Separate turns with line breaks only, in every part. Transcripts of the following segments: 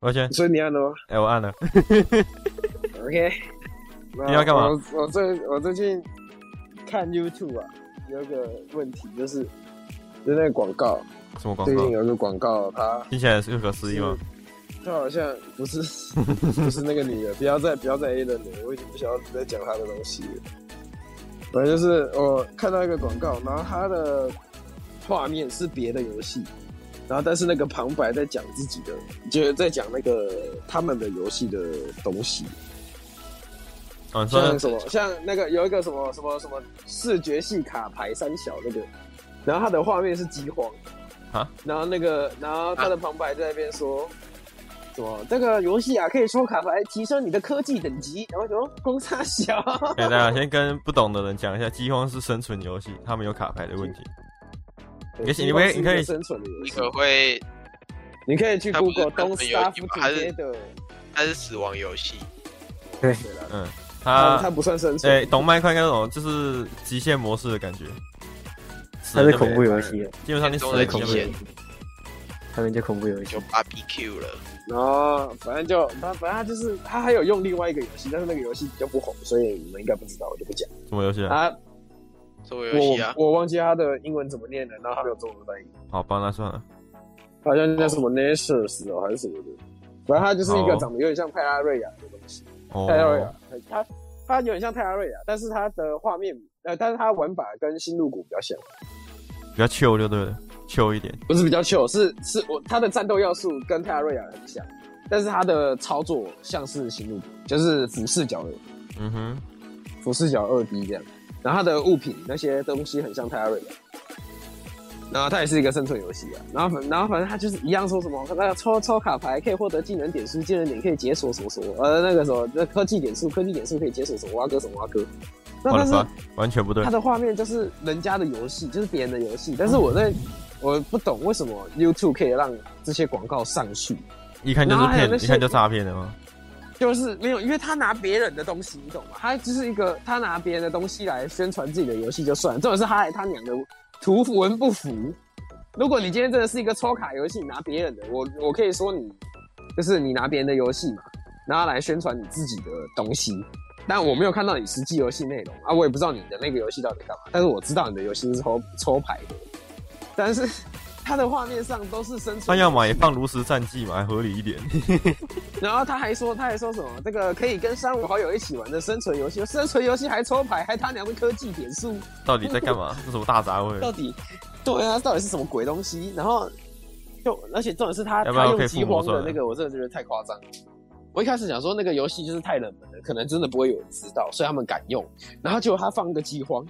我 先，
所以你按了吗
哎、我按了。
？OK 那。
你要干嘛
我我最我最近看 YouTube 啊，有一个问题就是，就那个广告，
什么广
最
告
近？有一个广告，它
听起来是不可思议吗？
它好像 不是不是那个女的，不要再不要再 A 了你，我已经不想要再讲她的东西了。反正就是我看到一个广告，然后它的画面是别的游戏，然后但是那个旁白在讲自己的，就是在讲那个他们的游戏的东西，
哦，你
像
说
什么像那个有一个什么什么什么视觉系卡牌三小那个，然后它的画面是饥荒
啊，
然后那个然后它的旁白在那边说。什么？这个游戏啊，可以抽卡牌提升你的科技等级，然后什么公差小，
哎，大家先跟不懂的人讲一下，饥荒是生存游戏，他们有卡牌的问题。 也许你可以
饥荒是一
你可以
个生存的游
你
戏，
可会
你可以去
它不是
Google Don't
生存游戏
Starve
吧它是
Together，
它是死亡游戏，
对了，
嗯，
它
他
它哦不算生存，
哎，懂麦快应该懂，就是极限模式的感觉。死
它
了
是
就
恐
没
怖
了，
游戏，
基本上你死
中
了
的
就
极
没
限
了，
他们就恐怖游戏
就。BBQ 了。
然后反正就反反正它就是它还有用另外一个游戏，但是那个游戏比较不红，所以你们应该不知道，我就不讲。
什么游戏啊？
啊，
什么游戏啊？
我我忘记它的英文怎么念了，然后它没有中文翻译，
好吧，那算了。
好像叫什么 Nations 哦还是什么的，反正它就是一
哦
个长得有点像派拉瑞亚的东西，
哦
派，拉瑞亚，它它有点像派拉瑞亚，但是它的画面呃，但是它玩法跟新露谷比较像，
比较 chill 就对了，chill 一点。
不是比较 chill，是是我它的战斗要素跟派拉瑞亚很像，但是它的操作像是新露谷，就是俯视角的
嗯哼，
俯视角二 D 这样，然后它的物品那些东西很像泰瑞的，然后它也是一个生存游戏啊，然后反然后反正它就是一样说什么那个抽抽卡牌可以获得技能点数，技能点可以解锁什么什么，呃那个什么那科技点数，科技点数可以解锁什么蛙哥什么蛙哥，那
我的
但是
妈，完全不对
它。的画面就是人家的游戏，就是别人的游戏，但是我在我不懂为什么 YouTube 可以让这些广告上去，
一看就是
然后还有
骗，
那
一
些
看就诈骗的吗？
就是没有，因为他拿别人的东西，你懂吗？他就是一个他拿别人的东西来宣传自己的游戏就算了，重点是他还他娘的图文不符。如果你今天真的是一个抽卡游戏，你拿别人的，我我可以说你就是你拿别人的游戏嘛，然后来宣传你自己的东西。但我没有看到你实际游戏内容啊，我也不知道你的那个游戏到底干嘛，但是我知道你的游戏是抽抽牌的，但是 它的画面上都是生存。
他要么也放炉石战记嘛，还合理一点。
然后他还说，他还说什么这个可以跟三五好友一起玩的生存游戏，生存游戏还抽牌，还他娘的科技点数，
到底在干嘛？这什么大杂
到
烩？
底对啊，到底是什么鬼东西？然后就而且重点是他
要不要
他
可以
用
附
饥
魔
荒
算啊
的
了
那个，我真的觉得太夸张了。我一开始想说那个游戏就是太冷门了，可能真的不会有人知道，所以他们敢用。然后结果他放个饥荒，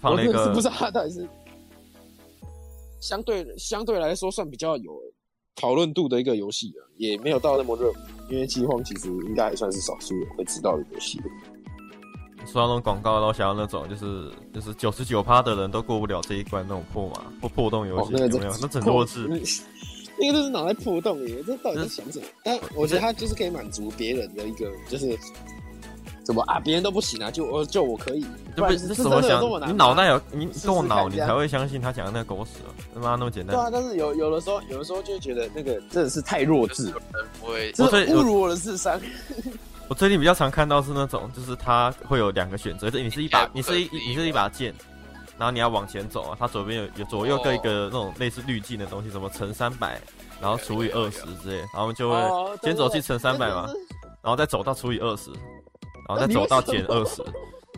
放
我
了一
真的是
个
不知道他到底是相对相对来说算比较有讨论度的一个游戏啊，也没有到那么热门，因为饥荒其实应该还算是少数人会知道的游戏。
说到那种广告，然后想要那种就是就是九十九趴的人都过不了这一关那种破码破破洞游
哦
戏，，
那个嗯
有没有？那整弱智。
那个就是脑袋破洞耶，这到底在想什么？
嗯
但我觉得他就是可以满足别人的一个，就是怎么啊，别人都不行啊，就我就我可以，
就
不
不
然
是
这
什
真
么
的有
想
这么？难
你
吗？
脑袋有你
试试
够
看
脑，你
这样
才会相信他讲的那个狗屎哦，他妈那么简
对
单。
啊，但是有有的时候，有的时候就会觉得那个真的是太弱智了，
不会，
这
我最
是侮辱我的智商。
我最近比较常看到是那种，就是它会有两个选择，就是你是一把，你
听起
是
来
一
不可思议
你是一把剑，然后你要往前走啊，它左边有有左右各一个那种类似滤镜的东西，什么乘三百，然后除以二十之类，然后就会
哦，
先走去乘三百嘛
嘛，，
然后再走到除以二十，然后再
那你
走
为
到
什
减
么
二十，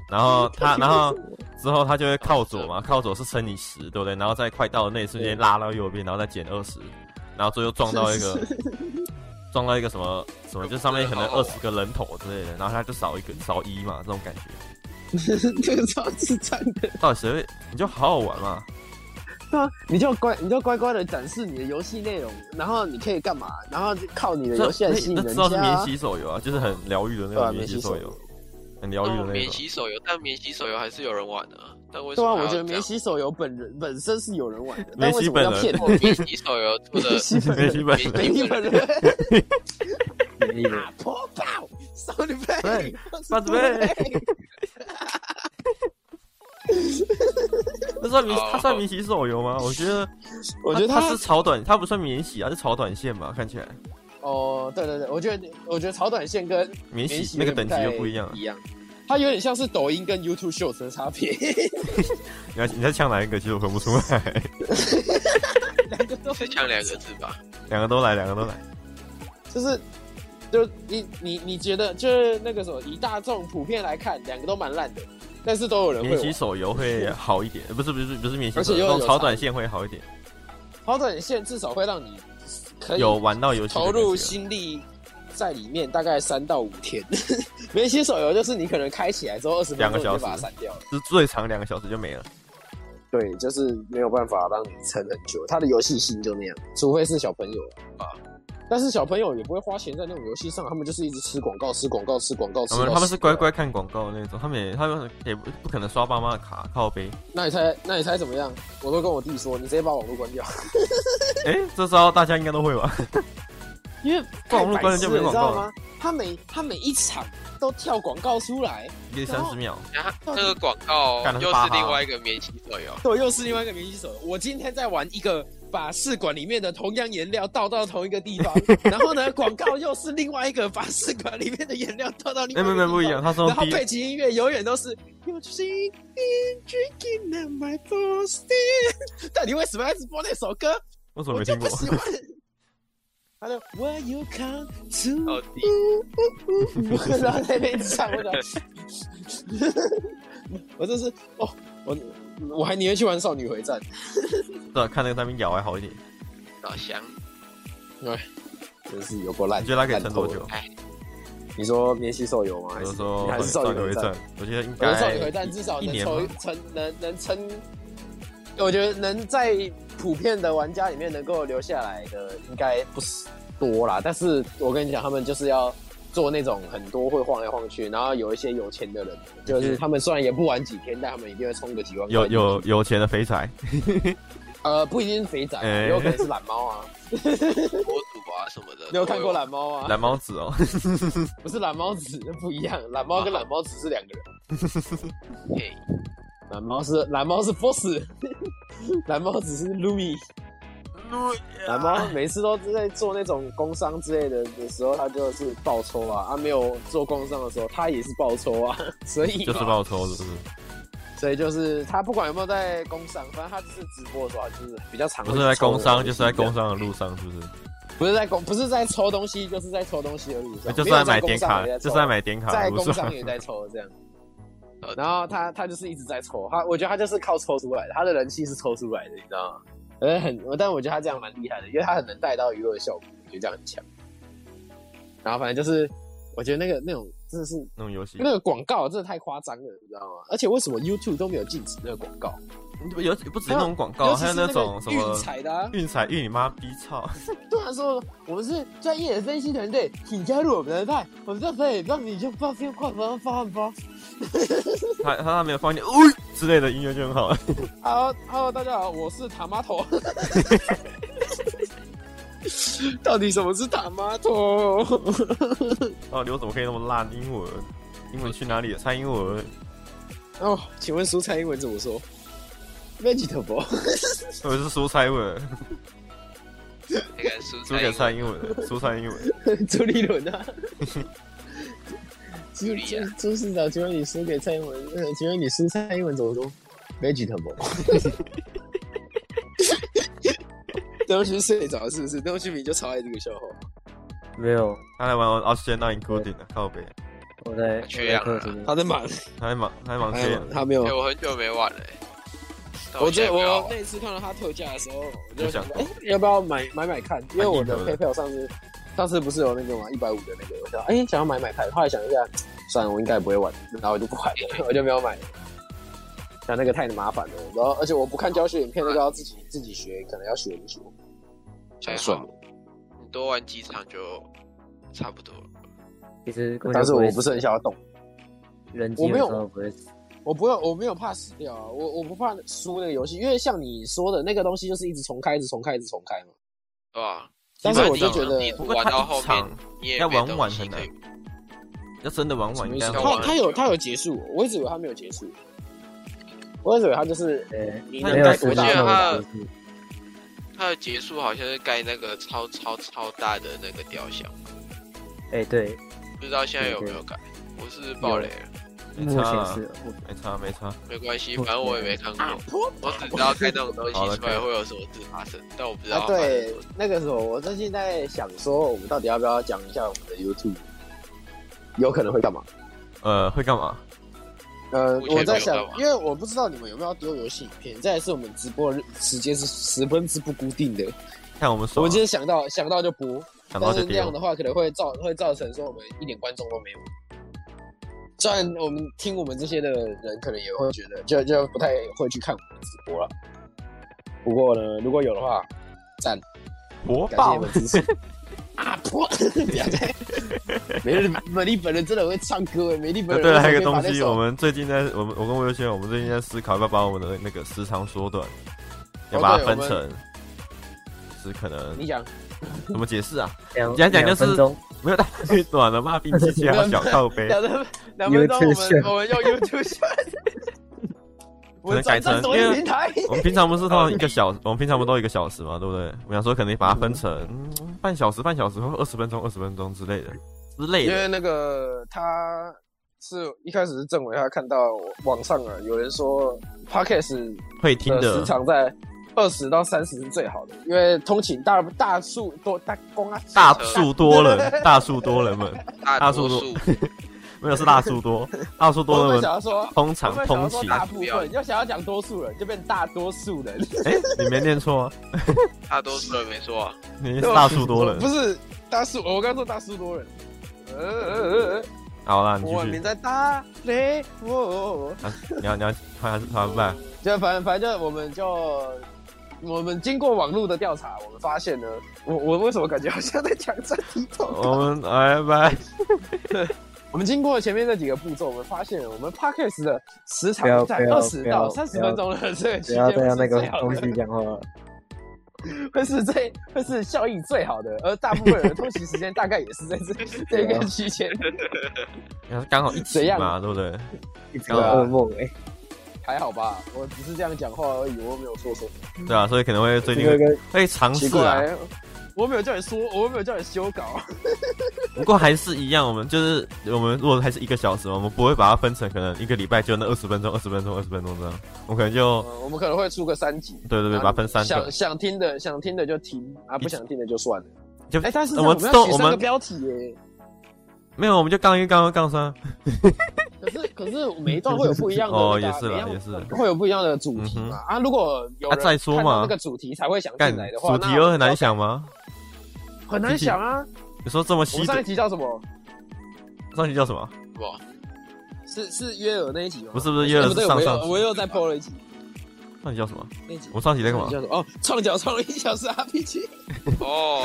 然后 它然后
为什么
之后它就会靠左嘛，靠左是乘以十，对不对？然后再快到的那一瞬间
对
拉到右边，然后再减二十，然后最后撞到一个 撞到一个什么什么，就上面可能
好好
二
玩
十个人头之类的，然后它就少一个少一嘛，这种感觉。
这个超智障的。
到底谁会？你就好好玩嘛，
对啊，你就乖，你就乖乖的展示你的游戏内容，然后你可以干嘛，然后靠你的
这
游戏来
那
吸引
那
人
知
家
道是免
啊。
洗手游啊，就是很疗愈的那
对啊
种免洗手
免
游
洗手游，
很疗愈的那
免
种。
洗手游，但免洗手游还是有人玩的、啊。但为什
对啊，
么
我
还要
觉
这
得
样？
免洗手游本人本身是有人玩的，
梅
但
西
为什么要
本人
骗
我免洗手游做的
梅西 本
免
人
洗 本
免
人
梅西本人
免疫的
打破爆，少 女
对
贝，
少女贝
贝，
那算免
哦
他算免洗手游吗？我觉得
我觉得
他
他
是炒短，他不算免洗啊，是炒短线吧？看起来
哦，对对对，我觉得我觉得炒短线跟
免
免
洗
洗
那个
有点
等级又
太
不一样。
一样，它有点像是抖音跟 YouTube Shorts 的差别，
你要你在呛哪一个？其实我分不出来，
两个都
再抢两个字吧。
两个都来，两个都来。
就是就你你你觉得就是那个什么，以大众普遍来看，两个都蛮烂的，但是都有人会
免洗
玩。
手游会好一点，呃不是不是不是免洗
而
手
且
游，
又
那种
有
炒
差
短线会好一点，
炒短线至少会让你可以
有玩到游戏的
投
感觉
入心力在里面，大概三到五天。 免洗手游就是你可能开起来之后二十分
两个
钟
小
你就
时
把它删掉了。
是最长两个小时就没了。
对，就是没有办法让你撑很久，它的游戏性就那样，除非是小朋友
啊。
但是小朋友也不会花钱在那种游戏上，他们就是一直吃广告、吃广告、吃广告、吃
他
到死
们
掉。
他们是乖乖看广告的那种，他们也他们也不不可能刷爸妈的卡靠背。
那你猜，那你猜怎么样？我都跟我弟说，你直接把网络关掉，
哎、这招大家应该都会吧？
因为
不然网络关了就没
你
广
知
告
道
了
吗？他每他每一场都跳广告出来，
一个三十
哦
秒，
然后那个广告
干的是
又
巴
是
哈
另外一个免洗手游，
对，又是另外一个明星手游。我今天在玩一个把试管里面的同样颜料倒到同一个地方，然后呢，广告又是另外一个把试管里面的颜料倒到另
哎、
外一
没没
个地方。
不一样，他是用
然后
B
背景音乐永远都是 You're drinking, drinking at my b o s t 到底为什么要一直播那首歌？
为什么
我
没
就
听
不
过？
喜欢。他就 Will you come
到
哦
to？
底
然后在那边 唱，我想，我真是哦，我我还宁愿去玩少女回战。
对啊，看那个单兵咬还好一点。
老乡，
真是有够烂。
你觉得他可以撑多
烂透
久
了？？你说免洗手游吗？还
我
是
说
还是少
少
女
女
回
回
战
战？，我觉得应
我觉得少女回
该
战至少
一
能
年
撑
吗？
撑能能撑，我觉得能在普遍的玩家里面能够留下来的应该不是多啦。但是我跟你讲，他们就是要做那种很多会晃来晃去，然后有一些有钱的人，就是他们虽然也不玩几天，但他们一定会充个几万
嗯
块。
有有有钱的肥仔，
呃，不一定是肥仔啊，
哎
也有可能是懒猫 啊。
博主啊什么的，
你有看过
了？
懒猫啊？
蓝猫 子哦，
不是懒猫子不一样，懒猫跟
啊
懒猫子是两个人。
嘿，
蓝猫是蓝猫是 boss，蓝猫只是 Lumi。蓝 猫每次都是在做那种工商之类的的时候，他就是报抽啊；他、没有做工商的时候，他也是报抽啊。 所以
就是报仇
啊
是不是？
所以就是他不管有没有在工商，反正他就是直播的时候，就是比较常
不是在工商，
会抽东西
就是在工，商的路上，是不是？
不是在工，不是在抽东西，就是在抽东西的路上，
就是
没有
在买点
工商
卡
也，在抽
就是在买点卡
在
的路
工
上
商。也在抽这样哦
呃。
然后他他就是一直在抽，他我觉得他就是靠抽出来的，他的人气是抽出来的，你知道吗？呃，很，我但我觉得他这样蛮厉害的，因为他很能带到娱乐的效果，我觉得这样很强。然后反正就是，我觉得那个那种真的是
那种游戏，
那个广告真的太夸张了，你知道吗？而且为什么 YouTube 都没有禁止那个广告？
有不止那种广告，
尤其
还
是
有那种什
个运
么
彩的、啊，
运彩运你妈逼操，
突然说我们是专业的分析团队，请加入我们的派，我们就可以让你用放心快发发发发。
他他他没有放一点呜之类的音乐就很好了。
Hello Hello，大家好，我是塔马头。到底什么是塔马头？
哦，你为什么可以那么烂英文？英文去哪里了？蔡英文
哦，请问蔬菜英文怎么说？Vegetable。
或者是蔬菜文，
那个蔬
输给蔡英文了，蔬菜英文。
朱立伦啊。朱
理
朱
啊
朱市长，请问你输给蔡英文？呃，请问你蔬菜英文怎么说？Vegetable。东旭睡着是不是？东旭明就超爱这个笑话。
没有，
他在玩 Australian n i n Coding 呢，靠北，
我在我
缺
在
氧
啊
客
了
厅。
他在忙，
他在忙他在忙
他
这
在
样
忙，。他没有
哎、我很久没玩了、欸。但
我觉
现
得
在没有
我
玩
那一次看到它特价的时候，我
就
就
想
想
说
说，哎、要不要买买买看？因为我的
蛮硬核的
PayPal 上次上次不是有那个嘛一百五的那个，我想哎、诶想要买买看，后来想一下，算了，我应该也不会玩，然后我就不玩了， 我就没有买。但那个太麻烦了，然后而且我不看教学影片，那个要自己自己学，可能要学很久。
还
想算了
好，，你多玩几场就差不多了。
其实根本
但
就是
我
会
不是很想要动，
人
我
机，
没有
时候不会死。
我不会，我没有怕死掉啊，我我不怕输那个游戏，因为像你说的那个东西就是一直重开，一直重开，一直重开嘛。
对吧？
但是我就觉
你
得
不过
玩
他
到后
一场
面你也
要
没
玩
东
完
西
很
可以
要真的玩完应该
什么
要
意思
玩
他他有他有结束，我一直以为他没有结束。我一直以为他就是
对，
你
没
应该
有
不
实际
大
我记得
上
他
的结束
它的结束好像是盖那个超超超大的那个雕像，
哎，对，
不知道现在有没有改。我是暴雷了，
没
目
差啊
前
啦
是，我
没差哎没差，
没关系，
我
反正我也没看
啊噗
过。我只知道盖那种东
好了
西出来
可以
会有什么事发生，但我不知道
啊，
发生什
对
么事。，
那个时候我最近在想说，我们到底要不要讲一下我们的 YouTube，有可能会干嘛？
呃，会干嘛？
呃，
目前
我在
没
想
有干，嘛
因为我不知道你们有没有要丢游戏影片，再来是我们直播日时间是十分之不固定的，
啊
看我们
我
爽啊
们，今天想到想到就播，
想到
但
就是
那样
丢
的。话可能会造会造成说我们一点观众都没有。虽然我们听我们这些的人可能也会觉得，就就不太会去看我们的直播了。不过呢，如果有的话，
火
感谢
爆
你们支持。 啊破！不要再美丽美丽本人真的会唱歌诶，美丽本
啊，
人
对了，
会
还有一个
随便把
东
那
西，
首
我们最近在我们我跟魏优轩，我们最近在思考要不要把我们的那个时长缩
哦
短，要把它分成，是可能
你讲
怎么解释啊？
两
讲讲就是
两分钟
没有 太短了嘛，并且其他小靠 背，
两分两分钟，我
YouTube 炫
们我们用 YouTube 炫我们转战什么
因为
平台？
我们平常不是都一个小，我们平常不都一个小时嘛，对不对？我想说可能把它分成嗯半小时、半小时或二十分钟、二十分钟之类的之类
因
的。
为那个他是一开始是政委，他看到网上啊有人说 Podcast
会听
的
的
时，长在二十到三十是最好的，因为通勤大大数多大光啊
大树多人，大树多人们，大
大
树
多
多
数
没有是大树多，大树
我
多
们
人
想
们
要说。
通
我
常
们想
通
要说
勤。
大部分，又想要讲多数人，就变大多数人。
哎，你没念错啊，
大多数人没错啊，
你是大树多
不
人。
是大数，我刚说大数多人。呃呃呃，
好啦，你
我
继续
们。在打雷哦我。
啊你要你要团团办，
就反正反正就我们就我们经过网络的调查，我们发现呢，我我为什么感觉好像在讲真题广告？
我们哎拜，
我们经过前面那几个步骤，我们发现我们 podcast 的时
不要
长在
不要
二十
不
到
要
三十
不要
分钟的这个
不
期间
要再用那个
会是最好的
东西讲话了。
会是最会是效益最好的，而大部分人的通勤时间大概也是在这这个区间，
刚好一
怎
起
样
嘛，对不对？
一直噩梦哎，
哦
还好吧？我只是这样讲话而已，我没有说什么。
对啊，所以可能会最
这
近
个跟
会尝
奇
试啊
怪，，我没有叫你说，我没有叫你修稿，
不过还是一样，我们就是我们如果还是一个小时嘛，我们不会把它分成可能一个礼拜就那二十分钟、二十分钟、二十分钟这样，我们可能就
呃我们可能会出个三集。
对对对，把它分三
想
个，
想听的想听的就听啊，不想听的就算了。
就
哎、但是这
我
样
们都
我们要取
我
三个
们
标题耶。
没有，我们就杠一杠二杠三，
可是可是每一段会有不一样的
哦
那个
也
啊
是啦
每一样
也是
会有不一样的主题
嗯哼
嘛啊！如果有人
啊再说嘛
看到那个主题才会想
干
进来的话，
主
那
题又很难想吗？
很难想啊！
你说这么
我
稀
们上一
的，
集叫什么？
上去叫什么？
哇，
是是约尔那一集吗？
不是不是约尔
哎不对
是上
我又
上集
我又再 PO 了一集
上去叫什么？
那一集。
我上集在干嘛
那一集？叫什么？哦，创角创了一小时 RPG，
哦，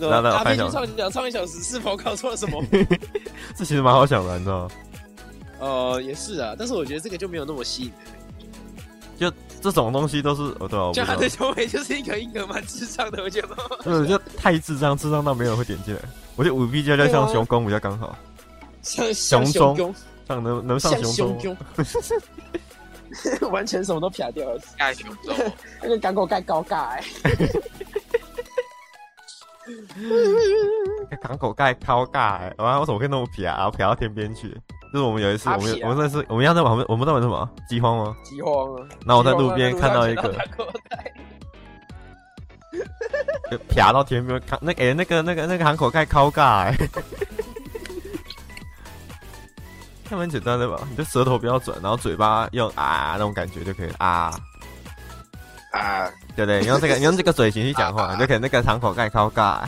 等下等下我看一下
RPG 创角创一小时，是否搞错了 什么？
这其实蛮好想的，你知道吗？
呃，也是啊，但是我觉得这个就没有那么吸引人。
就这种东西都是哦，对啊，我不知
像
道
他，的行为就是一个一个蛮智障的，我觉得。
对，就太智障，智障到没有人会点进来。我觉得五 B 加加
对啊
像熊攻比较刚好，
像
熊中
像熊中，
像能能上
像
熊
熊
中，
中， 完全什么都撇掉了。
盖熊中，
那个港口盖高尬、欸，
港口盖超尬、欸，啊，我怎么可以那么撇啊？撇到天边去？就是我们有一次，
啊
我们
撇啊
我们那次我们要在旁边，我们在玩什么？饥荒吗？
饥荒啊！
然后我在路边看到一个就撇到天边，看那哎、那个那个那个港口盖超尬、欸，那蛮简单的吧？你就舌头不要转，然后嘴巴用啊那种感觉就可以了啊。
啊，
对不对？你用这个，你用这个嘴型去讲话，你就可以那个港口盖超尬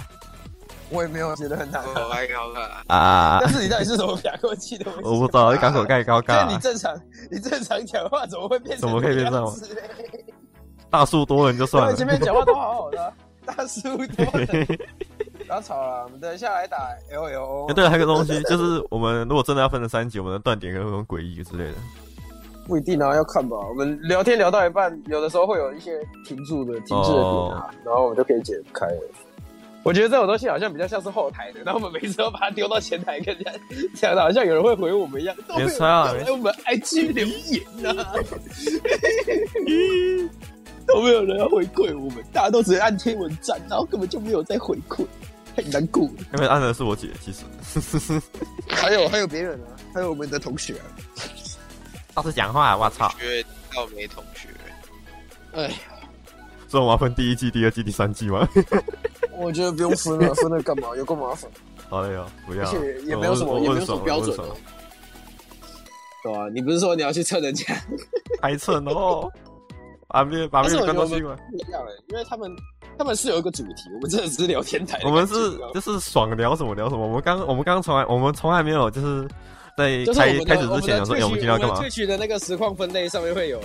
我也没有觉得很难。
我爱高看，
啊
但！是你到底是什么撇过去的？
我不知道，港口盖超
就你
尬，
正常，你正常讲话怎么会变成
怎么可以变这样
样子嘞？
大树多人就
他
算
们
了
前。面讲话都好好的 啊，大叔多的。不 要吵了，我们等一下来打 L L O
哎。对了，还有一个东西，就是我们如果真的要分成三集，我们的断点可能会很诡异之类的。
不一定啊，要看吧。我们聊天聊到一半，有的时候会有一些停住的、停滞的点啊，然后我们就可以解开了。我觉得这种东西好像比较像是后台的，然后我们每次都把它丢到前台，跟人家讲的好像有人会回我们一样。都没有
没错啊
人来我们 IG 留言啊呐、都没有人要回馈我们，大家都只按贴文赞，然后根本就没有在回馈，太难过了。
因为按的是我姐，其实
还有还有别人啊，还有我们的同学、啊，
倒是讲话，我操！
学到没同学，
哎，
所以我们要分第一季、第二季、第三季吗？
我觉得不用分了，分了干嘛？有够麻烦。
好累哦，不要。
而且也没有什么
我我
也
问
没有什么
爽了
标
我问
准
爽 了
啊对啊，你不是说你要去蹭人家？
还蹭哦。把面把面
但是我
关
觉得
东
我
西
们
关。
不一样哎、因为他们他们是有一个主题，我们真的只是聊天台的
我们
感觉
是
你知道吗
就是爽聊什么聊什么。我们刚我们刚从来我们从来没有就是在
就是我
开
们的
开始之前想说，哎，我
我
们
们
今天
的
要干嘛
我们？萃取的那个实况分类上面会有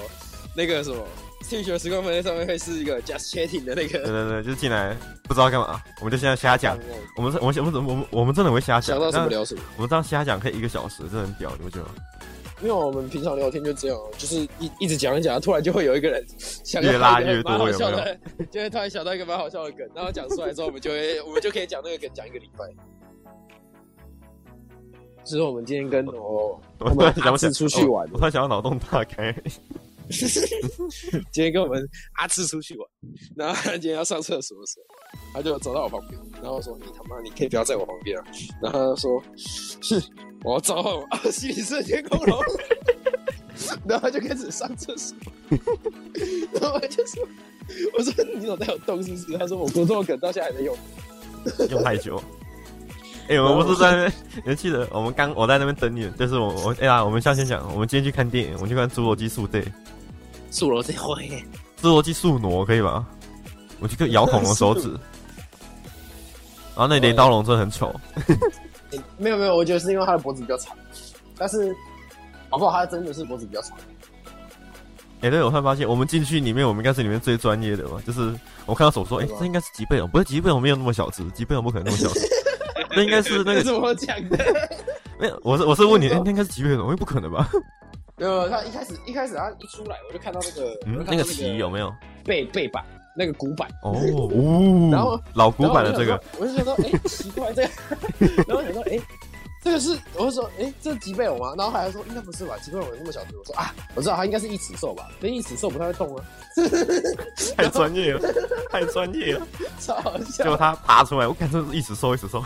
那个什么，萃取的实况分类上面会是一个 just chatting 的那
对
个。
对对，就是进来不知道干嘛，我们就现在瞎讲。我们是我们我们我们我们真的很会瞎讲
想，到什么
但
聊什么。
我们这样瞎讲可以一个小时，真的很屌，你不觉得吗？
因为我们平常聊天就这样，就是一一直讲一讲，突然就会有一个人想到
越拉
一个
越多
蛮好笑的， 就会突然想到一个蛮好笑的梗，然后讲出来之后，我们就会我们就可以讲那个梗讲一个礼拜。之后我们今天跟哦，
我
们
突然想
阿
想
志出去玩
我我突然想要脑洞大开。
今天跟我们阿志出去玩，然后他今天要上厕所的时候，他就走到我旁边，然后说：“你他妈，你可以不要在我旁边啊！”然后他就说：“哼，我要召唤我 阿西里斯的天空龙。” 然后他就开始上厕所， 然后我就说：“我说你脑袋有洞是不是？”他说：“我国中的梗到现在还没用。
用太 久。哎、我们不是在那边，你们记得我们刚我在那边等你，就是我我哎呀、我们先先讲，我们今天去看电影，我们去看侏罗纪速 day》，
素罗这回
侏罗纪速挪可以吧？我去咬恐龙手指，然后那
哦
镰刀龙真的很丑，
没有没有，我觉得是因为他的脖子比较长，但是搞不好他真的是脖子比较长。
哎、对，我突然发现，我们进去里面，我们应该是里面最专业的嘛。就是我看到手说，哎、
对吧
这应该是吉贝龙，不是吉贝龙没有那么小只，吉贝龙不可能那么 小只，那应该是那个
这 是我讲的。”
没有，我是我是问你，哎那应该是吉贝龙，哎不可能吧？
没有，呃他一开始一开始他一出来，我就看到那个、
嗯
我就，
那
看到
个鳍有没有？
背背板那个骨板，
哦，哦，
然后
老古板的这个，
然后我就想说，我就想说，哎、奇怪，这个， 然后想说，哎、这个是，我就说，哎、这是吉贝龙吗？然后后来他说应该不是吧，吉贝龙有那么小只？我说啊，我知道它应该是一尺兽吧，但一尺兽不太会动啊，
太专业了，太专业了。
超好
结
笑
果，他爬出来，我感觉一直收，一直 收。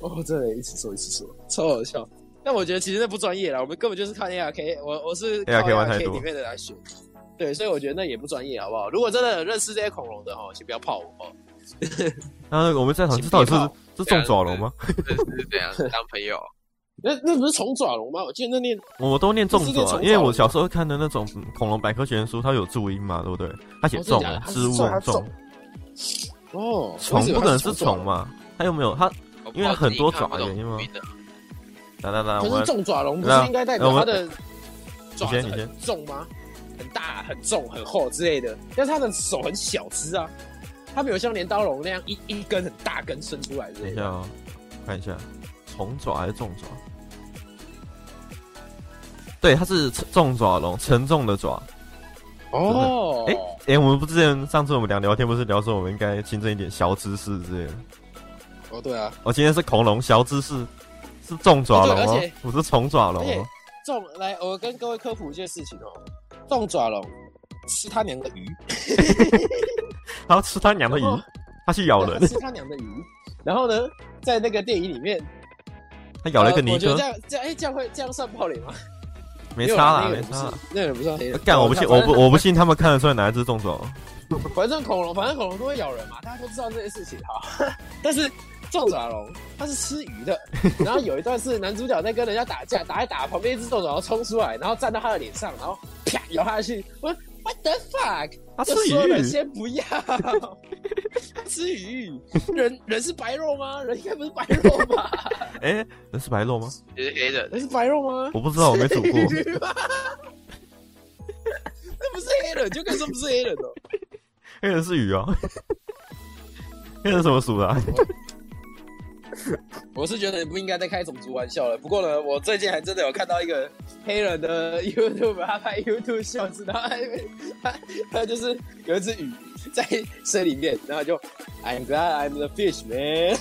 哦，真的，一尺兽，一尺兽，超好笑。但我觉得其实那不专业啦，我们根本就是看 ARK，我我是靠
ARK 玩太多
里面的来学，对，所以我觉得那也不专业，好不好？如果真的认识这些恐龙的哦，请不要泡我哦。
然后我们在场，哦这到底是是中爪龙吗？
这是怎样当朋友？
那那不是虫爪龙吗？我记得那念
我都念中
这是
爪，
中爪
因为我小时候看的那种嗯恐龙百科全书，它有注音嘛，对不对？它写重
哦真的假，的
植物
它
很
是重
重，
哦，
虫不可能是虫
虫？
嘛？它有没有？它因为很多爪的原因吗
我不知道自己看不懂的
来来来，我
可是
们
重爪龙不
那
是应该代表它的爪子
你先
很重吗？很大、很重、很厚之类的，但是它的手很小只啊，它没有像镰刀龙那样一一根很大根伸出来之
等
类
一下
的。
哦，看一下，虫爪还是重爪？对，它是重爪龙，沉重的爪。
哦，
哎哎、我们不之前上次我们聊聊天，不是聊说我们应该新增一点小知识之类的。
哦对啊，
我、今天是恐龙小知识，是重爪龙
哦对
哦
而且，
不是虫爪龙
而且
哦。
重来，我跟各位科普一件事情哦，重爪龙吃他娘的鱼，
它要吃它娘的鱼
然后，
它去咬人，
吃他娘的鱼。然后呢，在那个电影里面
它咬了一个
呃
尼
我觉得
哥
这，样这样哎这样会这样算暴雷吗？
没差啦，没
没有啊
差啦。
那个人不是黑人。
干，我不信，我不，我不信他们看得出来哪一只重爪龙。
反正恐龙，反正恐龙都会咬人嘛，大家都知道这件事情哈。 但是重爪龙它是吃鱼的，然后有一段是男主角在跟人家打架，打一打，旁边一只重爪龙冲出来，然后站到他的脸上，然后啪咬他下去。我说 What the fuck！
它吃
就说人
鱼，
先不要，吃鱼，人人是白肉吗？人应该不是白肉 吧？
哎、人是白肉吗？
你是黑人，
人是白肉吗？
我不知道，我没 煮过。
吃鱼吗那不是黑人，就跟说不是黑人哦。
黑人是鱼哦，黑人什么属的、啊？
我是觉得你不应该再开种族玩笑了。不过呢，我最近还真的有看到一个黑人的 YouTube，他拍 YouTube 秀， 然后他他他就是有一只鱼在水里面，然后就啊
I'm glad I'm the fish man 。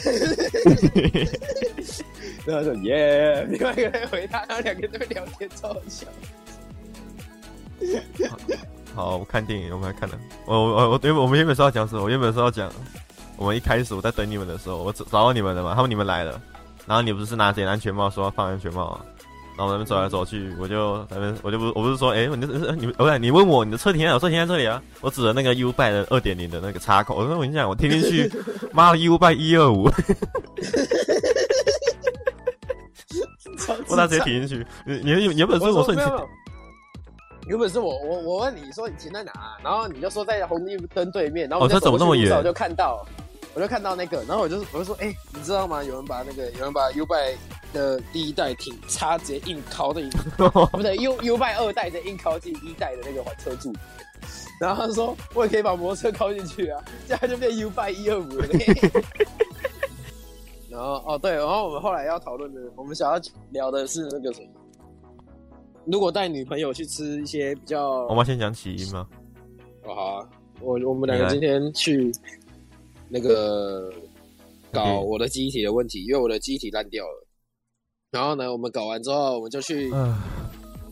然后他说 Yeah，
另外一个人回他，然后两个在那边聊天，超好笑。
好，我看电影，我们来看了。我我我原本我们原本是要讲什么？我原本是要讲，我们一开始我在等你们的时候，我找找到你们了嘛，他们你们来了，然后你不是拿着你的安全帽说要放安全帽啊？然后我们在那边走来走去，我就在那边我就不我不是说，哎、你的你不是你问我你的车停在哪？我说停在这里啊，我指着那个 U 拜的二点零的那个插口，我说我跟你讲，我听进 去，妈的 U 拜一二五，我那直接停进去。你你你原本说我说你停
没有没有，原本是我我我问你说你停在哪，然后你就说在红绿灯对面，然后我
哦他
就
走
过去
那么远
路上我就看到，我就看到那个，然后我就我就说，哎、你知道吗？有人把那个有人把 U 拜的第一代挺插直接硬敲的，不对，U U 拜二代直接硬敲进一代的那个环车柱。然后他说：“我也可以把摩托车靠进去啊，这样就变 U 拜一二五了。”然后哦对，然后我们后来要讨论的，我们想要聊的是那个什么，如果带女朋友去吃一些比较……
我们要先讲起因吗？
哦好啊，我我们两
你
个
来
今天去那个搞
嗯
我的记忆体的问题，因为我的记忆体烂掉了。然后呢，我们搞完之后，我们就去
唉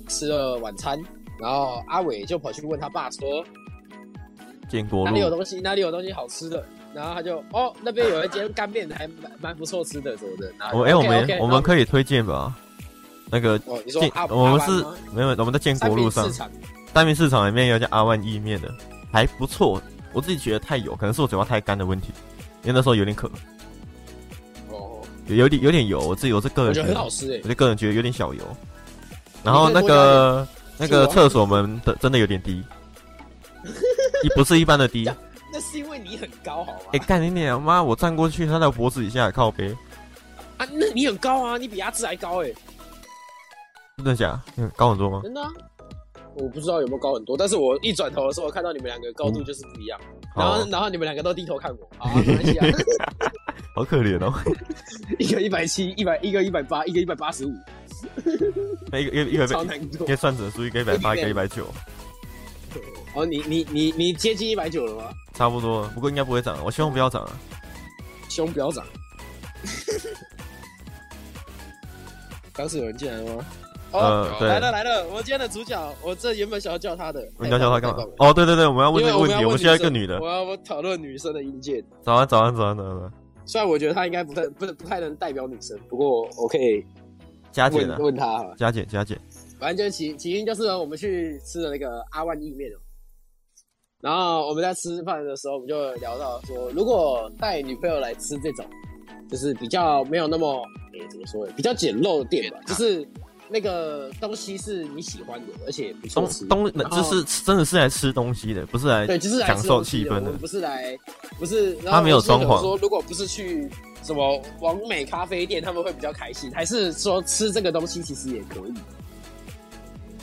吃了晚餐。然后阿伟就跑去问他爸说
建国
哪里有
路
东西，哪里有东西好吃的。然后他就哦，那边有一间干面还蛮蛮不错吃的什么的。然后
我哎、
就
我们
OK，OK，
我
然
们
后
可以推荐吧？那个
哦，你说
建
阿，
我
阿
们
班
是
吗
没有，我们在建国路
三
上
明市场
三明市场里面有一家阿万意面的，还不错。我自己觉得太油，可能是我嘴巴太干的问题，因为那时候有点渴，
哦，
有有点有点油。我自己我是个
我
人
觉
觉
得
得
很好吃哎
我。就个人觉得有点小油。然后那
你可以多
个那个厕所门的真的有点 低，也不是一般的低。
那是因为你很高，好吗？
哎、干你娘妈！我站过去，他在我脖子以下靠背，
啊，那你很高啊，你比阿志还高哎、
真的假？嗯，高很多吗？
真的、啊。我不知道有没有高很多，但是我一转头的时候，我看到你们两个高度就是不一样。然
嗯好
后，，然后你们两个都低头看我，好啊，没 关系啊，
好可怜哦。
一个一百七，一百一个一百八，一个一百八十五，
那一个一个一
超
个
难
一
过。
个算子数一个一百八，一个一百九，
哦，你你你你接近一百九了吗？
差不多。不过应该不会涨，我希望不要涨啊。
胸不要 长。刚是有人进来了吗？哦，
呃，
来
对
了。来了，我今天的主角，我这原本想要叫他的，
你要叫他干
太
嘛
棒了？
哦，对对对，我们要问
哎因
这个
为我
问
们要
题，我们需要一个女的
生我。要讨论女生的意见。
早安，早安，早安，早安早安。
虽然我觉得他应该不太不不太能代表女生，不过我可以
佳姐呢
问？问他好了。
佳姐，佳姐，
反正就起起因就是呢，我们去吃了那个阿万意面哦。然后我们在吃饭的时候，我们就聊到说，如果带女朋友来吃这种，就是比较没有那么，诶、怎么说呢，比较简陋的店吧，就是那个东西是你喜欢的，而且不错
东
吃。
东
然后
就是真的是来吃东西的，不是来
对，就是来
享
吃
受
东西
气
的
氛
我
的
们。不是来，不是。然后
他没有
我是想
装潢
说如果不是去什么完美咖啡店，他们会比较开心。还是说吃这个东西其实也可以？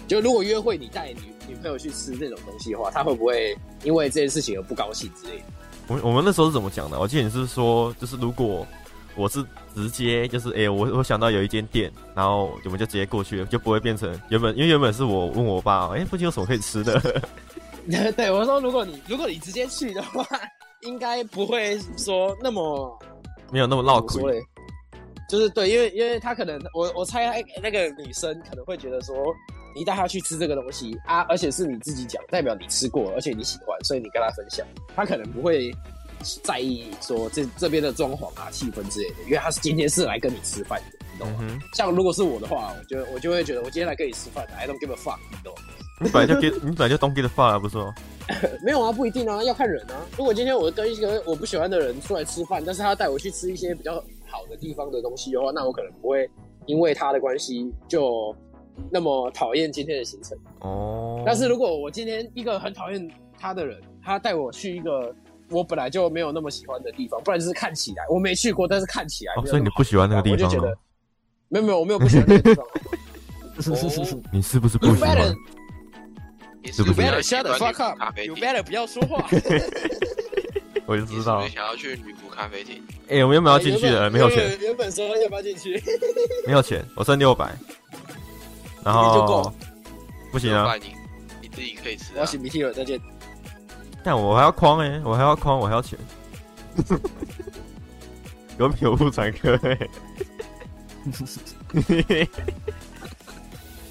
就如果约会你带女女朋友去吃这种东西的话，她会不会因为这件事情而不高兴之类的？
我们我们那时候是怎么讲的？我记得你是说，就是如果我是直接就是，哎、我我想到有一间店，然后我们就直接过去了，就不会变成原本因为原本是我问我爸，哎、附近有什么可以吃的？
对，我说如果你如果你直接去的话，应该不会说那么
没有那么闹
怎
苦
么说。嘞？就是对，因为因为他可能我我猜他那个女生可能会觉得说，你带她去吃这个东西啊，而且是你自己讲，代表你吃过，而且你喜欢，所以你跟她分享，她可能不会在意说这这边的装潢啊、气氛之类的，因为她是今天是来跟你吃饭的，你懂
嗯
吗？
哼，
像如果是我的话，我就我就会觉得我今天来跟你吃饭，I don't give a fuck，你懂吗？
你本来就 get，你本来就 don't get the fuck，不是吗？
没有啊，不一定啊，要看人啊。如果今天我跟一个我不喜欢的人出来吃饭，但是他带我去吃一些比较好的地方的东西的话，那我可能不会因为他的关系就那么讨厌今天的行程。
哦，
但是如果我今天一个很讨厌他的人，他带我去一个我本来就没有那么喜欢的地方，不然就是看起来我没去过，但是看起来
哦，
没有
所以你
那么好
不喜欢那个地
我就
方
觉
哦
得？没有没有，我没有不喜欢那个地方。
哦
你是不是不
You
喜欢？
better
你是
You
不
you
是
better
很喜
shut
欢
the
女
fuck
仆咖
up.
啡
You
店？
better 不要说话。
我就
你是
知道
不是。想要去女仆咖啡店？
哎、我原本要进去的，没有
原
钱，
本。原本说要不要进去？
没有钱，我剩六百，然
你
后
就够
不行
老
啊！
板，你你自己可以吃
我要
啊。
擤鼻涕了，再见。
欸但我还要框哎、我还要框，我还要钱。有品有妇产科欸，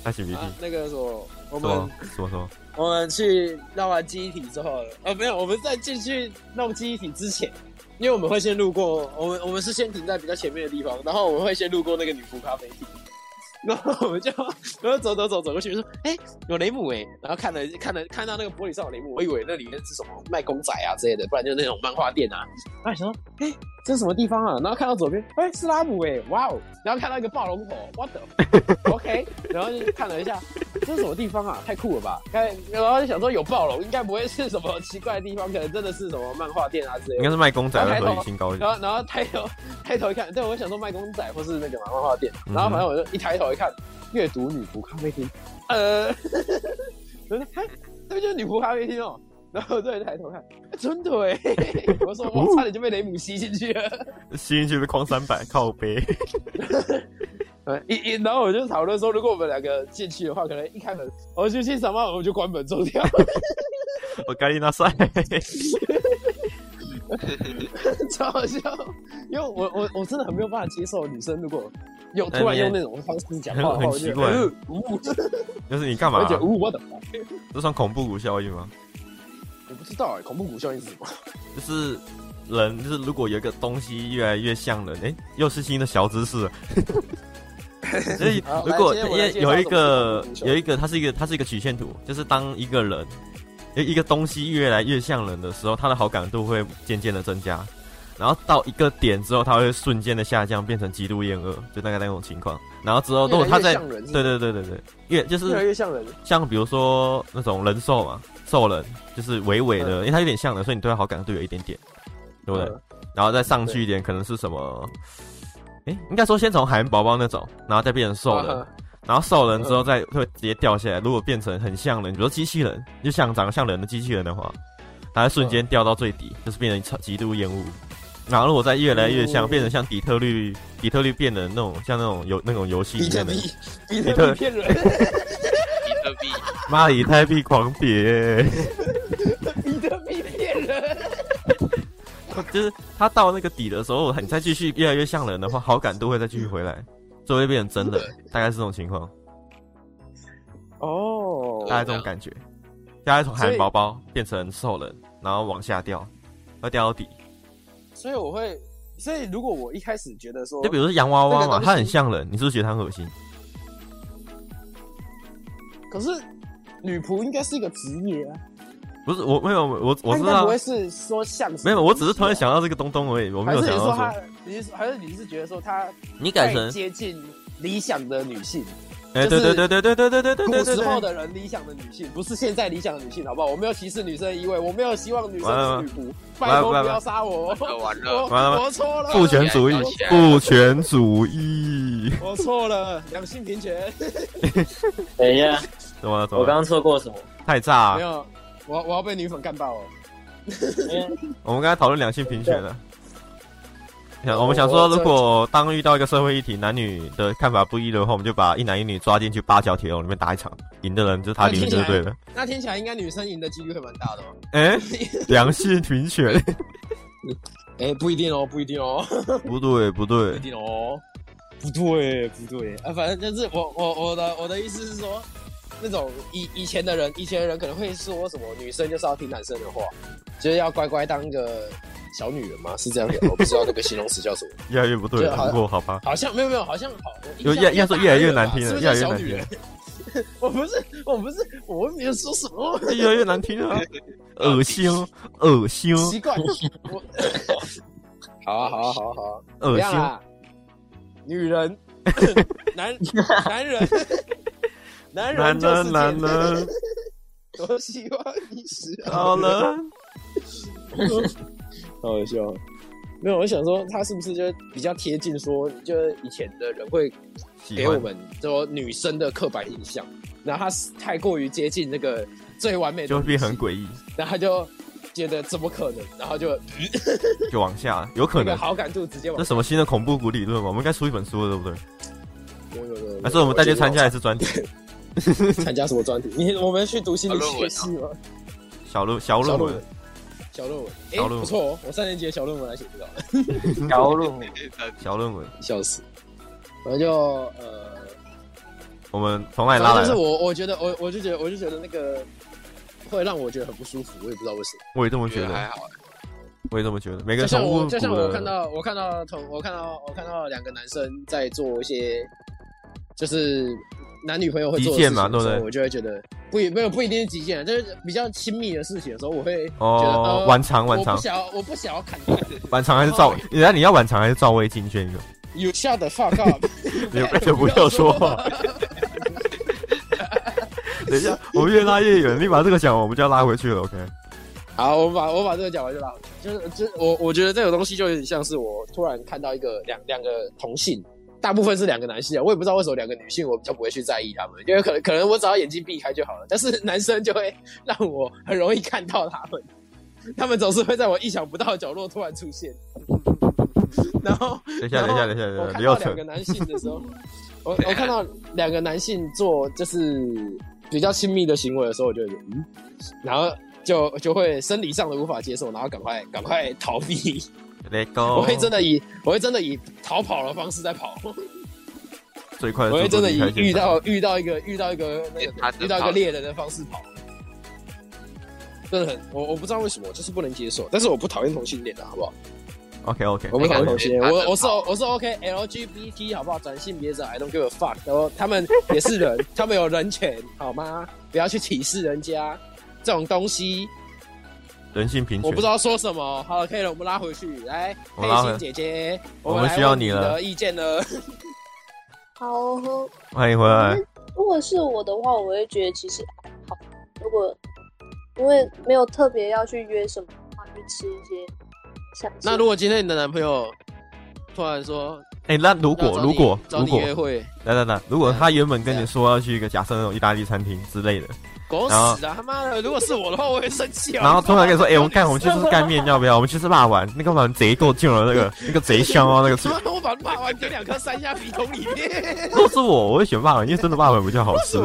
他擤鼻涕
啊，那个什么，我
什么
们
什么什么？
我们去绕完记忆体之后，呃，没有，我们在进去弄记忆体之前，因为我们会先路过，我们我们是先停在比较前面的地方，然后我们会先路过那个女仆咖啡厅。 然后我们就，然后走走走走过去，说：“哎、有雷姆哎、然后看了看了看到那个玻璃上有雷姆，我以为那里面是什么卖公仔啊之类的，不然就是那种漫画店啊。然后想说：“哎、这是什么地方啊？然后看到左边，哎、是拉姆哎、哇哦！然后看到一个暴龙头，what the，OK，、然后就看了一下，这是什么地方啊？太酷了吧！看，然后就想说有暴龙，应该不会是什么奇怪的地方，可能真的是什么漫画店啊之类
应
的
该。是卖公仔的合理性高一
然
点。
后然后抬头 抬头一看，对我想说卖公仔或是那个嘛漫画店，
嗯哼
然后反正我就一抬头一看，阅读女仆咖啡厅，呃， 我说哎，这不就是女仆咖啡厅哦。然后我再抬头看，真的 哎！我说
哦
我差点就被雷姆吸进去了。
吸进去的框三百靠背，
呃一一，然后我就讨论说，如果我们两个进去的话，可能一开门，我就去上班，我就关门走掉。
我该丽娜赛，
超好笑，因为我我我真的很没有办法接受女生如果有突然用那种方式讲话的话，
很
我就
很奇怪
呃呜，
就是你干嘛
而？且呃呜， 我的妈！
这算恐怖谷效应吗？
我不知道哎、恐怖谷效应是什么？
就是人，就是如果有一个东西越来越像人，哎、又是新的小知 识了。所以
好
如果
来接
因
我来
为
介绍
有一
什么
个
是恐怖谷效应
有一个，它是一个它是一个曲线图，就是当一个人一一个东西越来越像人的时候，他的好感度会渐渐的增加，然后到一个点之后，他会瞬间的下降，变成极度厌恶，就大概那种情况。然后之后如果他
越
在
来越像人是
哦对对对对对，越就是
越来越像人，
像比如说那种人兽嘛，兽人就是微微的，因为它有点像的，所以你对它好感度有一点点，对不对？
嗯
然后再上去一点，可能是什么？哎、应该说先从海绵宝宝那种，然后再变成兽人，
啊
然后兽人之后再会直接掉下来。如果变成很像人，比如说机器人，就像长得像人的机器人的话，它会瞬间掉到最
嗯
底，就是变成超极度厌恶。然后如果再越来越像，变成像底特律，底特律变得那种像那种游那种游戏里
比
面
特
的
币，比
比
特
特
币骗人，
比特币，
妈的以太币狂别。
比特币骗人，
就是他到那个底的时候，你再继续越来越像人的话，好感度会再继续回来，所以会变成真的，大概是这种情况，
哦
大概这种感觉。大概从海绵宝宝变成兽人，然后往下掉，要掉到底。
所以我会，所以如果我一开始觉得说
就比如说洋娃娃
这个
嘛，
东西
它很像人，你是不是觉得它很恶心？
可是女仆应该是一个职业啊，
不是，我没有，我我
她
知
应该
道
不，会是说像什么
没有，我只是突然
东西啊，
想到这个东东而已，我没
还
有
是
想
你
到
说
说
她，你是还是你是觉得说她
你改
太
成，
接近理想的女性，
哎，对对对对对对对对对
古
对
时候
对，
的人理想的女性，不是现在理想的女性，好不好？我没有歧视女生的意味，我没有希望女生是女仆，
完了
拜托
完了
不要杀我，
完了完了
完了
我我错了，
父权主义
搞起，来
父权主义，
我错了，两性平权
等一下，
怎么了？怎
我
么了？
刚刚错过什么？
太炸
没
了！
有，我我要被女粉干爆哦，
我们刚才讨论两性平权了。想我们想说，如果当遇到一个社会议题，男女的看法不一的话，我们就把一男一女抓进去八角铁笼里面打一场，赢的人就是他理论就是 对的。
那听起来应该女生赢的几率会蛮大的哦，
哎、 良性平权？
哎，不一定哦，不一定哦，
不对，不
不一
对，
定哦，
不对，不 对，
啊，反正就是我我我的我的意思是说。那种以以前的人，以前的人可能会说什么女生就是要听男生的话，就是要乖乖当个小女人吗？是这样的，我不知道那个形容词叫什么。
越来越不对
对啊
了。
好
不过好吧，
好像没有没有，好像好，
就越要说越来越难听
是不
了，越
是叫
来越
小
难
女
听
人
了，？
我不是，我不是，我没有说什么，
哎越来越难听 了，恶心，恶心，
奇怪， 我好啊好啊好啊好啊，怎
恶
样
心！
啊？女人， 男男人，
男
男人就是
人，男
贱
人，
我喜欢你是
好 了，
好好笑。
没有，我想说他是不是就比较贴近说，就是以前的人会
喜
给我
欢
们说女生的刻板印象，然后他太过于接近那个最完美的，
就会变很诡异，
然后他就觉得怎么可能，然后就
就往下，有可
那个
能。
好感度直接往
这什么新的恐怖谷理论嘛？我们应该出一本书了，对不对？
有有有有
还是我们再去参加一次专题？ 啊
参加什么专题？你我们去读心理学系吗？
小论小论文，
小论文，哎、
小论文
不错哦，我三年级的小论文来写这个，
小路
小论文，
笑死。反正就呃，
我们从哪里拉
反正
来
就是
的？
我，我觉得我我就觉得我就觉得那个会让我觉得很不舒服，我也不知道为什么。
我也这么
我觉
觉
得还
得，
好，
我也这么觉得。每个
就
人
像
从
我
巫
就像
蛊
我
的
看到我看到同我看到我看到两个男生在做一些就是男女朋友会
极
做的事
限
情
嘛
的时
对不
候，
对
我就会觉得不一没有不一定是极限，啊就是比较亲密的事情的时候，我会觉得
哦
呃，
晚长晚
我
长
不哦想要我不想要砍他。
晚长还是赵？人家你要晚长还是赵薇进圈？
You shut the fuck up！
你们就不要说话。 等一下，我们越拉越远，你把这个讲完，我们就要拉回去了。OK，
好，我把我把这个讲完就拉回去。就是就是我我觉得这个东西就有点像是我突然看到一个两两个同性，大部分是两个男性啊，我也不知道为什么两个女性我比较不会去在意他们，因为可能可 能我只要眼睛避开就好了。但是男生就会让我很容易看到他们， 他们总是会在我意想不到的角落突然出现。 然后
等一下，等一下，等一下，等一下，
我看
你又
到
扯
两个。男性的时候，我我看到两个男性做就是比较亲密的行为的时候，我就有点嗯，然后就就会生理上的无法接受，然后赶快赶快逃避。
Let go，
我会真的以我会真的以逃跑的方式在跑，
最快的
我会
速
真
度
的以
离开现
遇
场。
到遇到一个遇到一个那 个
他真
遇到一
跑
个猎人的方式跑。真的很，我我不知道为什么，我就是不能接受。但是我不讨厌同性恋的，好不好？
OK OK，
我不讨厌同性恋，
他
我
很
我是
好
我是 OK LGBT 好不好？转性别者，I don't give a fuck。然后他们也是人，他们有人权好吗？不要去歧视人家这种东西。
人性平
我
权
不知。道说什么。好了，可以了，我们拉回去。来，
我
黑
们拉回
心姐姐，
我
们
们
来
需要
问
你
你
了
的意见了。
好，如
欢迎回
哎
来。
嗯
果是我的话，我会觉得其实还好。如果因为没有特别要去约什么的话，去吃一些想吃
那如果今天你的男朋友突然说
哎，那如
要
果
找你
如果
找
如
你
果，
约会，
来来来，如果他原本跟
这
你
样
说要去一个假设那种意大利餐厅之 类的，
狗
然后
屎啊！他妈的，如果是我的话，我会生气啊。
然后突然 跟你说，哎，我们干，我们去吃干面，要不要？我们去吃辣丸，那个碗贼够劲了，那个那个贼香哦，那个
他妈的，我把骂完丢两颗山虾皮桶里面。
如果是我，我会选辣丸，因为真的辣丸比较好 吃。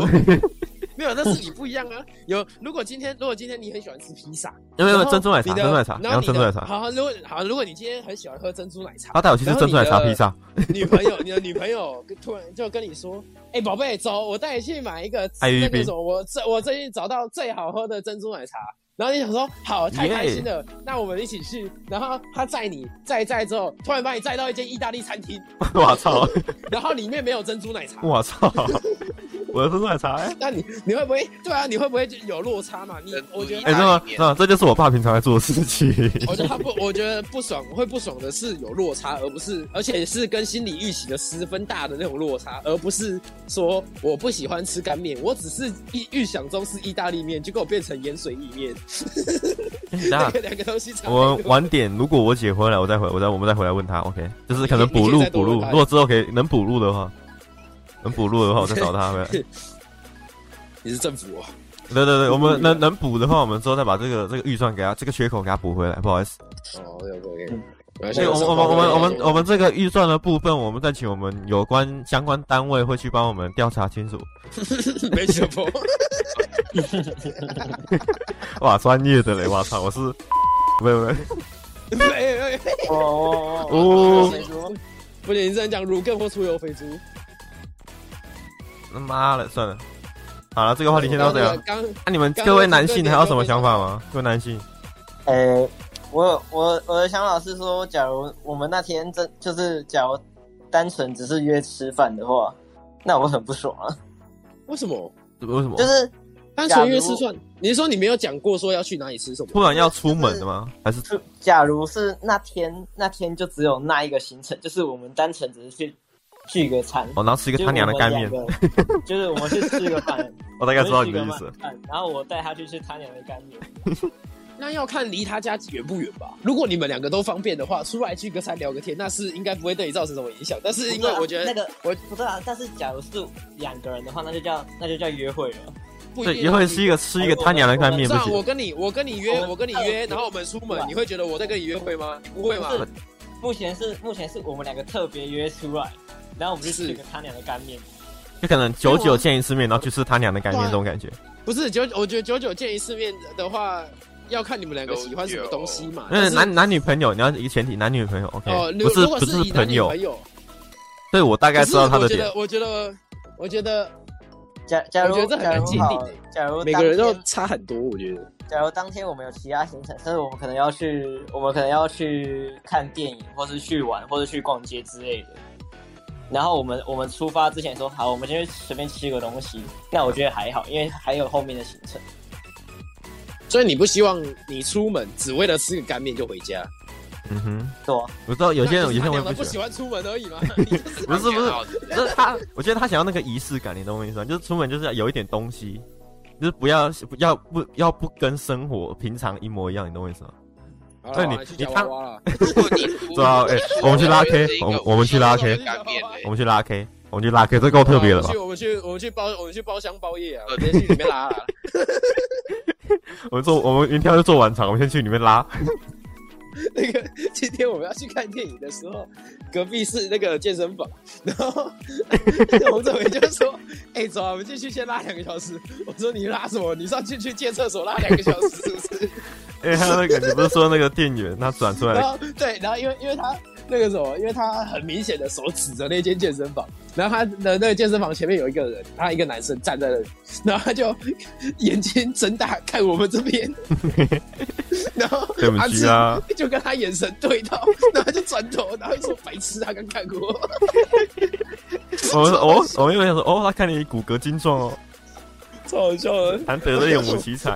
没有，但是你不一样啊。有，如果今天，如果今天你很喜欢吃披萨，
没有没
然
有
后
珍珠奶茶，
你的
珍珠奶茶，
然
然
后
后
你
珍珠
的
奶茶。啊
好，如果好，如果你今天很喜欢喝珍珠奶茶，
他带我去吃珍珠奶茶披萨，
女朋友，你的女朋友跟突然就跟你说：“哎、宝贝，走，我带你去买一个
爱玉
那个
冰
什么，我最我最近找到最好喝的珍珠奶茶。”然后你想说：“好，太开心了那我们一起去。”然后他载你载一载之后，突然把你载到一间意大利餐厅，
我操，
然后里面没有珍珠奶茶。
我操， 我的珍珠奶茶，哎，
那你你会不会对啊？你会不会就有落差嘛？你
珍珠
我觉得
意大利
哎真的吗？真的，这就是我爸平常在做的事 情。
我觉得他不，我觉得不爽会不爽的是有落差，而不是，而且是跟心理预期的十分大的那种落差，而不是说我不喜欢吃干面，我只是预预想中是意大利面，结果我变成盐水意面，
等
那
下
个两个东西 差。
我们晚点，如果我姐回来，我再回，我再我们再回来问她。OK，就是可能补
你
录
可以再多
补录
问，她
如果之后可以能补录的 话，能补录的话，我再找她回来。
你是政府、哦，
对对对，我 们能能补的话，我们之后再把这个这个预算给她，这个缺口给她补回来。不好意思，
哦，OK OK，
所以我们我们我们我们我们这个预算的部分，我们再请我们有关相关单位会去帮我们调查清楚。
没什么，
哇，专业的 嘞！我操，我是，没有没有，
没有没有，
哦哦哦
哦，
不仅是这样讲，乳鸽或出油肥猪。
他哦妈的，算了，好了，这个话题先到这样。
刚
那、你们各位男性还有什么想法吗？各位男性，
呃，我有我我的想法是说，假如我们那天真就是假如单纯只是约吃饭的话，那我很不爽啊。
为什么
为什么
就是
单纯约吃饭？你是说你没有讲过说要去哪里吃什么？
突然要出门的吗？还是
就假如是那天那天就只有那一个行程，就是我们单纯只是去聚个餐，
哦，然后吃一个他娘的干面？
就是我们两个，就是我们去吃 个饭，
我大概知道你的意思。。
然后我带他去吃他娘的干面，
那要看离他家远不远吧。如果你们两个都方便的话，出来聚个餐聊个天，那是应该不会对你造成什么影响。但是因为我觉
那
得
个
我
不知道，但是假如是两个人的话，那就叫那就叫约会了。
不一
对，
定
一会吃一
个。
个吃一个他娘的干面不
这样，我
行。
跟你，我跟你
我
约，
们
我跟你约，然后我们出门，你会觉得我在跟你约会吗？你不会嘛？
哦不是目前是目前是我们两个特别约出来，然后我们去
是
吃个他娘的干面。
就可能久
哎
久见一次面，然后去吃他娘的干面这种感觉。
不是九，我觉得九九见一次面的话，要看你们两个喜欢什么东西嘛。
那
哎但是
男男女朋友，你要一个前提，男女朋友，OK，、
哦，如
不是
如果
不
是以男
朋
女
友
朋，友，
对我大概
可
知
是
道他的
我觉
点
得，，我觉得，我觉得
假假如
我觉得这很
假
难
如
界定
好
欸，
假如
每个人
当
都
天
差很多，我觉得。
假如当天我们有其他行程，但是我们可能要去，我们可能要去看电影，或是去玩，或是去逛街之类的。然后我们我们出发之前说好，我们先去随便吃个东西。那我觉得还好，因为还有后面的行程。
所以你不希望你出门只为了吃个干面就回家？
嗯哼，
对啊，
我知道有些人
那
有
就
些
是他
人
娘的
会
不
喜
喜
欢，
欢出门 而已嘛。你就是
不是不是
好
就是他， 我觉得他想要那个仪式感，你懂我意思吗？就是出门就是要有一点东西，就是不要不要不要不跟生活平常一模一样，你懂我意思吗？
好啦
那你
好啦去啊
你
夹娃
看
娃啦
如果 你出
知道哎我们去拉 K，我们我们去拉 K
干面
哎
嘞
我们去拉 K，我们去拉 K，这够特别了吧
好？我们去我们去我们去包我们去包厢包夜啊，我直接去里面拉啦。
我们做我们明天要去做晚场，我们先去里面拉。
那个今天我们要去看电影的时候，隔壁是那个健身房，然后洪志伟就说：“ 哎、走啊，我们进去先拉两个小时。”我说：“你拉什么？你上去去借厕所拉两个小时是不是
因为他那个，你不是说那个店员他转出？”来
然， 后对，然后因为因为他那个什么，因为他很明显的手指着那间健身房，然后他的那个健身房前面有一个人，他一个男生站在那里，然后他就眼睛睁大看我们这边， 然后
对不
阿
起
志
啊，
就跟他眼神对到，然后他就转头，然后就说白痴，他刚看过。
我们说哦，我们又想说哦，他看你骨骼精壮哦，
超好笑的。
难得的练武奇才。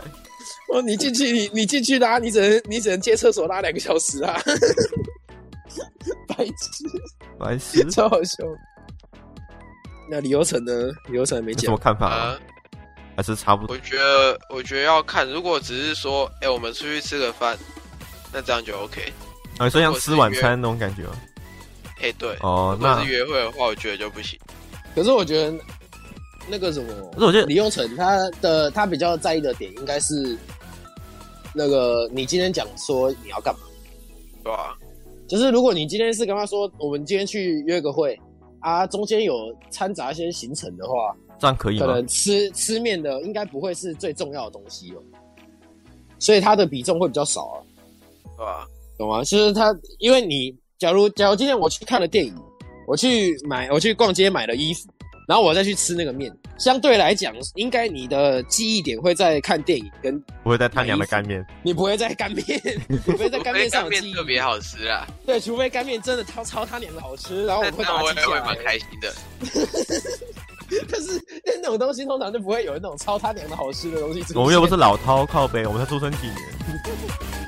哦，你进去，你你进去拉，你只能你只能借厕所拉两个小时啊， 白痴，
白 痴，有
超好笑。那李游成呢？李游成还没
什
讲
么，看法吗？
啊，
还是差不多？
我觉得我觉得要看，如果只是说，哎、我们出去吃个饭，那这样就 OK。
啊，所以像吃晚餐那种感觉吗？
哎、对，
哦，
如果
那
是约会的话，我觉得就不行。
可是我觉得那个什么，
可是我觉得
李游成他的他比较在意的点应该是那个你今天讲说你要干嘛，
对吧、
就是如果你今天是跟他说我们今天去约个会啊，中间有掺杂一些行程的话，
这样可以
可
吗？
能吃吃面的应该不会是最重要的东西哦，所以它的比重会比较少啊，
对吧、
懂吗？就是它，因为你假如假如今天我去看了电影，我去买我去逛街买了衣服，然后我再去吃那个面，相对来讲，应该你的记忆点会在看电影，跟
不会再他娘的干面。
你不会在干面，你不会在
我
干
觉
面
得
上有
干
记
面
忆
特，别好吃啦，
对，除非干面真的超超他娘的好吃，然后
那
哦我会把
那我
它
也
记
会
下
蛮
来。
开心的。
但是那种东西通常就不会有那种超他娘的好吃的东西出现。
我们又不是老饕靠背，我们才出生几年。